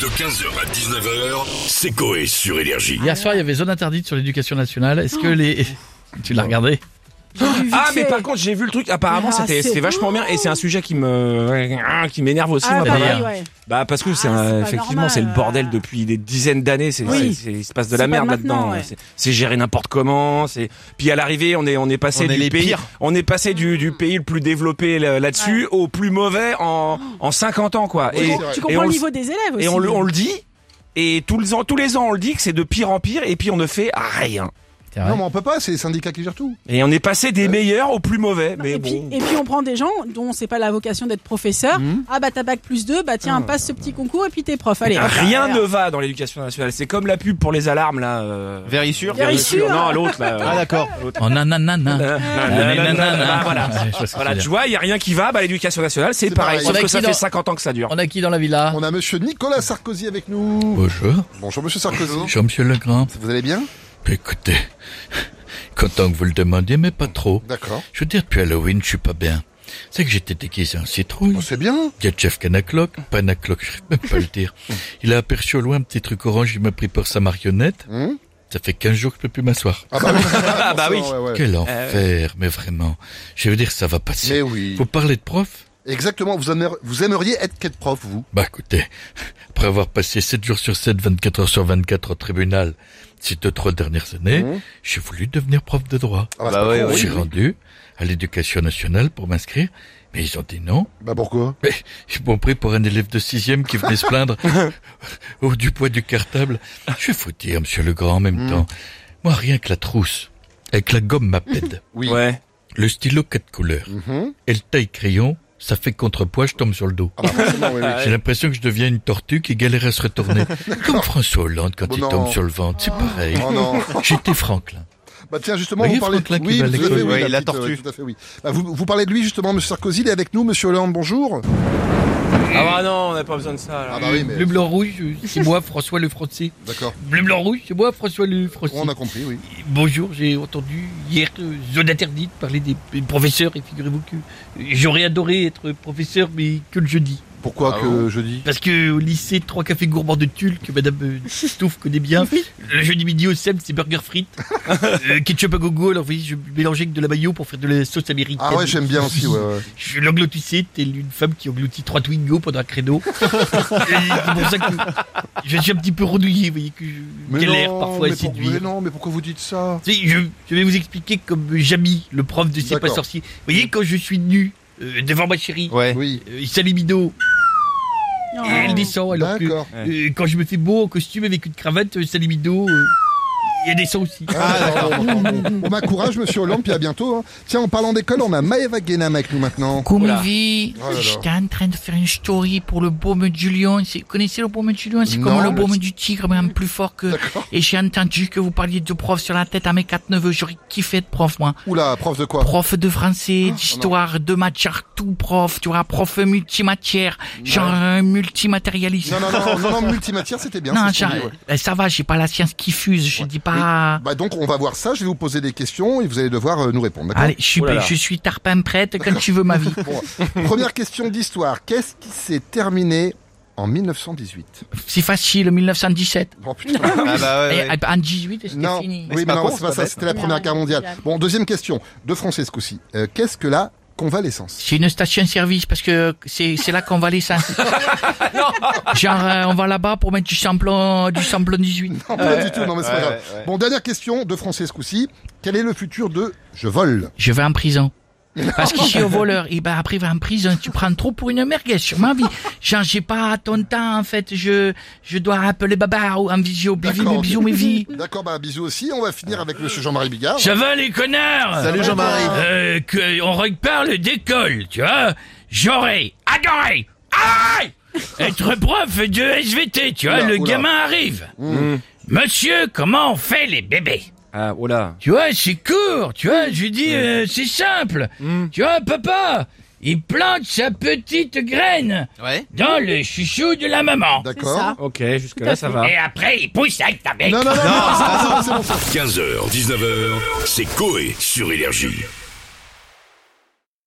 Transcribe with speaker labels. Speaker 1: De 15h à 19h, c'est Coé sur Énergie.
Speaker 2: Hier soir, il y avait zone interdite sur l'éducation nationale. Est-ce que les... Tu l'as regardé
Speaker 3: Ah mais par contre j'ai vu le truc apparemment
Speaker 4: Ah,
Speaker 3: c'était
Speaker 4: c'est
Speaker 3: c'était vachement bien et c'est un sujet qui me qui m'énerve aussi
Speaker 4: Ah,
Speaker 3: moi,
Speaker 4: bah,
Speaker 3: pas
Speaker 2: pareil.
Speaker 3: mal.
Speaker 4: oui, ouais.
Speaker 3: bah parce que c'est
Speaker 4: Ah,
Speaker 3: un-
Speaker 4: c'est pas
Speaker 3: effectivement
Speaker 4: normal,
Speaker 3: c'est le
Speaker 4: euh.
Speaker 3: bordel depuis des dizaines d'années c'est
Speaker 4: Oui.
Speaker 3: c'est- c'est- il se passe de la
Speaker 4: C'est pas
Speaker 3: merde
Speaker 4: maintenant,
Speaker 3: là-dedans
Speaker 4: ouais.
Speaker 3: c'est c'est géré n'importe comment c'est puis à l'arrivée on est on est passé
Speaker 5: On est
Speaker 3: du
Speaker 5: les
Speaker 3: pays
Speaker 5: pires.
Speaker 3: on est passé du, du pays le plus développé là- là-dessus au plus mauvais en en 50 ans quoi
Speaker 5: Oui,
Speaker 3: et,
Speaker 5: c'est vrai.
Speaker 4: Tu
Speaker 3: et
Speaker 4: comprends
Speaker 3: on
Speaker 4: le
Speaker 3: le-
Speaker 4: niveau des élèves aussi.
Speaker 3: et on le on le dit et tous les ans tous les ans on le dit que c'est de pire en pire et puis on ne fait rien
Speaker 2: C'est vrai.
Speaker 5: Non, mais on peut pas, c'est les syndicats qui gèrent tout.
Speaker 3: et on est passé des meilleurs aux plus mauvais mais
Speaker 4: Euh. et,
Speaker 3: bon Mmh.
Speaker 4: puis, et puis on prend des gens dont c'est pas la vocation d'être professeur. Ah bah t'as bac plus 2, bah tiens, passe ce petit concours et puis t'es prof. Allez.
Speaker 3: Ah.
Speaker 4: Ah,
Speaker 3: Rien ne va dans l'éducation nationale. C'est comme la pub pour les alarmes là. euh,
Speaker 5: Vérissure
Speaker 4: Vérissure.
Speaker 3: Non, l'autre là.
Speaker 5: Ah
Speaker 3: euh,
Speaker 5: d'accord.
Speaker 2: Oh, nanana.
Speaker 3: euh,
Speaker 2: Nanana. Ah,
Speaker 3: bah, Voilà.
Speaker 2: Ouais, je vois ce que
Speaker 3: Voilà,
Speaker 2: tu veux
Speaker 3: tu
Speaker 2: dire.
Speaker 3: vois, il y a rien qui va. Bah l'éducation nationale, c'est
Speaker 5: C'est
Speaker 3: pareil.
Speaker 5: pareil.
Speaker 3: Sauf
Speaker 2: On a
Speaker 3: que
Speaker 2: qui
Speaker 3: ça
Speaker 2: dans-
Speaker 3: fait 50 ans que ça dure.
Speaker 2: On a qui dans la
Speaker 6: Ah.
Speaker 2: villa
Speaker 5: On a monsieur Nicolas Sarkozy avec nous.
Speaker 6: Bonjour,
Speaker 5: Bonjour monsieur Sarkozy.
Speaker 6: Jean-Monsieur Legrand.
Speaker 5: Vous allez bien
Speaker 6: Écoutez, content que vous le demandiez, mais pas trop.
Speaker 5: D'accord.
Speaker 6: Je veux dire, depuis Halloween, je suis pas bien. C'est que j'étais déguisé en citrouille.
Speaker 5: Bon, c'est bien.
Speaker 6: Il y a Jeff Canaclock, Panaclock, je sais même pas le dire. Il a aperçu au loin un petit truc orange, il m'a pris pour sa marionnette.
Speaker 5: Hmm
Speaker 6: Ça fait 15 jours que je peux plus m'asseoir.
Speaker 5: Ah bah,
Speaker 3: Ah, bah oui.
Speaker 5: forcément, ouais, ouais.
Speaker 6: Quel enfer, mais vraiment. Je veux dire, ça va
Speaker 5: euh, Mais
Speaker 6: passer.
Speaker 5: oui.
Speaker 6: Vous parlez de prof
Speaker 5: Exactement. Vous, aimer- vous aimeriez être quête prof vous
Speaker 6: Bah écoutez, après avoir passé 7 jours sur 7, 24 heures sur 24 au tribunal ces deux, trois dernières années,
Speaker 5: Mhm.
Speaker 6: j'ai voulu devenir prof de droit.
Speaker 5: Ah, bah, c'est pas con,
Speaker 6: J'ai
Speaker 5: oui.
Speaker 6: rendu à l'éducation nationale pour m'inscrire, mais ils ont dit non.
Speaker 5: Bah pourquoi
Speaker 6: Ils m'ont pris pour un élève de sixième qui venait se plaindre au du poids du cartable. Je vais vous dire, monsieur Legrand, en même
Speaker 5: Mhm.
Speaker 6: temps, moi rien que la trousse, avec la gomme m'appède,
Speaker 5: Oui.
Speaker 3: Ouais.
Speaker 6: le stylo quatre couleurs
Speaker 5: Mhm.
Speaker 6: et le taille-crayon, ça fait contrepoids, je tombe sur le dos.
Speaker 5: Ah bah forcément, oui, oui.
Speaker 6: J'ai l'impression que je deviens une tortue qui galère à se retourner. Comme François Hollande quand
Speaker 5: Ah Bon,
Speaker 6: il
Speaker 5: non.
Speaker 6: tombe sur le ventre, c'est pareil.
Speaker 5: Oh non.
Speaker 6: J'étais Franklin.
Speaker 5: Bah tiens justement
Speaker 6: Voyez
Speaker 5: vous parlez
Speaker 6: Franklin qui
Speaker 5: oui,
Speaker 6: va à
Speaker 5: tout à
Speaker 6: l'école.
Speaker 5: fait, oui,
Speaker 6: Oui,
Speaker 5: la
Speaker 6: la
Speaker 5: petite, euh,
Speaker 6: tortue.
Speaker 5: tout à fait, oui. Bah, vous, vous parlez de lui justement monsieur Sarkozy, il est avec nous monsieur Hollande, bonjour.
Speaker 3: Ah bah non, on n'a pas besoin de ça. là.
Speaker 5: Ah bah oui mais
Speaker 2: Bleu, blanc, rouge, c'est moi, François Le Français.
Speaker 5: d'accord.
Speaker 2: Bleu, blanc, rouge, c'est moi, François Le Français.
Speaker 5: On a compris oui.
Speaker 2: Bonjour, j'ai entendu hier euh, Zone Interdite parler des des professeurs et figurez-vous que euh, j'aurais adoré être professeur mais que le jeudi.
Speaker 5: Pourquoi
Speaker 6: Ah
Speaker 5: que
Speaker 6: bon
Speaker 5: jeudi
Speaker 2: Parce que au lycée, trois cafés gourmands de Tulle que madame euh, Stouff connaît bien. Le jeudi midi au SEM, c'est burger frites. Euh, ketchup à gogo, alors vous voyez, je mélangeais avec de la mayo pour faire de la sauce américaine.
Speaker 5: Ah ouais j'aime bien aussi ouais. ouais.
Speaker 2: Je suis l'engloutissé, t'es une femme qui engloutit trois Twingo pendant un créneau. Et c'est pour ça que je suis un petit peu renouillé, vous voyez, que je galère parfois à
Speaker 5: mais pour- mais
Speaker 2: séduire.
Speaker 5: non, mais pourquoi vous dites ça
Speaker 2: Si, Je, je vais vous expliquer comme Jamy, le prof de C'est pas
Speaker 5: D'accord.
Speaker 2: sorcier. Vous voyez, quand je suis nu euh, devant ma chérie,
Speaker 5: Ouais.
Speaker 2: euh,
Speaker 5: Oui.
Speaker 2: il s'allume Mido,
Speaker 4: Non.
Speaker 2: et Oh, elle descend, alors que
Speaker 5: D'accord.
Speaker 2: euh, quand je me fais beau en costume avec une cravate, euh, Salimido, euh, il descend aussi.
Speaker 5: Ah, d'accord. Bon, bah, courage, monsieur Hollande, puis à bientôt. hein. Tiens, en parlant d'école, on a Maëva Guénam avec nous maintenant.
Speaker 7: Comme
Speaker 3: Oula.
Speaker 7: vie,
Speaker 5: Oh là là.
Speaker 7: j'étais en train de faire une story pour le baume du lion. C'est- Vous connaissez le baume du lion C'est
Speaker 5: Non,
Speaker 7: comme le
Speaker 5: mais
Speaker 7: baume du tigre, mais en plus fort que. Et j'ai entendu que vous parliez de prof sur la tête à mes quatre neveux. J'aurais kiffé de prof, moi.
Speaker 5: Oula, prof de quoi
Speaker 7: Prof de
Speaker 5: Ah,
Speaker 7: français, d'histoire, de matière, tout prof. Tu vois, prof multimatière, genre euh, multimatérialiste.
Speaker 5: Non, non, non, non, non, multimatière, c'était bien.
Speaker 7: Non,
Speaker 5: c'est ce qu'on
Speaker 7: genre,
Speaker 5: dit, ouais.
Speaker 7: euh, ça va, j'ai pas la science qui fuse. Je dis pas.
Speaker 5: Bah, donc, on va voir ça, je vais vous poser des questions et vous allez devoir euh, nous répondre, d'accord
Speaker 7: Allez, je suis,
Speaker 3: Oh là là.
Speaker 7: je suis tarpin prête quand tu veux ma vie.
Speaker 5: Bon, Première question d'histoire. Qu'est-ce qui s'est terminé en 1918
Speaker 7: C'est facile, 1917.
Speaker 5: Oh putain.
Speaker 7: Et, euh, en 18, c'était
Speaker 5: Non,
Speaker 7: fini.
Speaker 5: oui, mais
Speaker 3: pas
Speaker 5: non,
Speaker 3: con,
Speaker 5: c'est
Speaker 3: c'est
Speaker 5: pas
Speaker 3: pas
Speaker 5: ça,
Speaker 3: bête.
Speaker 5: c'était la première guerre mondiale. Bon, deuxième question. De français ce coup-ci. Euh, Qu'est-ce que la convalescence
Speaker 7: C'est une station-service parce que c'est c'est là qu'on va les sens. Genre euh, on va là-bas pour mettre du samplon du samplon 18.
Speaker 5: Non, pas du tout, non, mais c'est pas grave. Bon, dernière question de français ce coup-ci. Quel est le futur de Je vole
Speaker 7: Je vais en prison. Parce qu'ici au voleur, et ben après va en prison, tu prends trop pour une merguez sur ma vie. Genre j'ai pas ton temps en fait, je je dois appeler Baba ou en visio, bisous
Speaker 5: D'accord.
Speaker 7: mes bisous mes vies.
Speaker 5: D'accord, bah bisous aussi. On va finir avec monsieur Jean-Marie Bigard.
Speaker 2: Ça va les connards
Speaker 5: Salut Jean-Marie.
Speaker 2: euh, que On repart le décolle, tu vois J'aurais adoré aïe, être prof de SVT, tu vois,
Speaker 5: Oula,
Speaker 2: le
Speaker 5: oula. Hmm.
Speaker 2: gamin arrive. Monsieur, comment on fait les bébés
Speaker 3: Ah oh là.
Speaker 2: Tu vois, c'est court, tu vois, je lui dis,
Speaker 5: Hmm.
Speaker 2: euh, c'est simple. Tu vois, papa, il plante sa petite graine
Speaker 5: Ouais.
Speaker 2: dans le chouchou de la maman.
Speaker 4: C'est
Speaker 5: D'accord.
Speaker 4: ça.
Speaker 3: Ok, jusque là ça va.
Speaker 5: Ah.
Speaker 2: Et après, il pousse avec ta bête.
Speaker 5: Non, non, non, non, c'est bon, c'est bon, c'est bon.
Speaker 1: 15h, 19h, c'est Coé sur Énergie.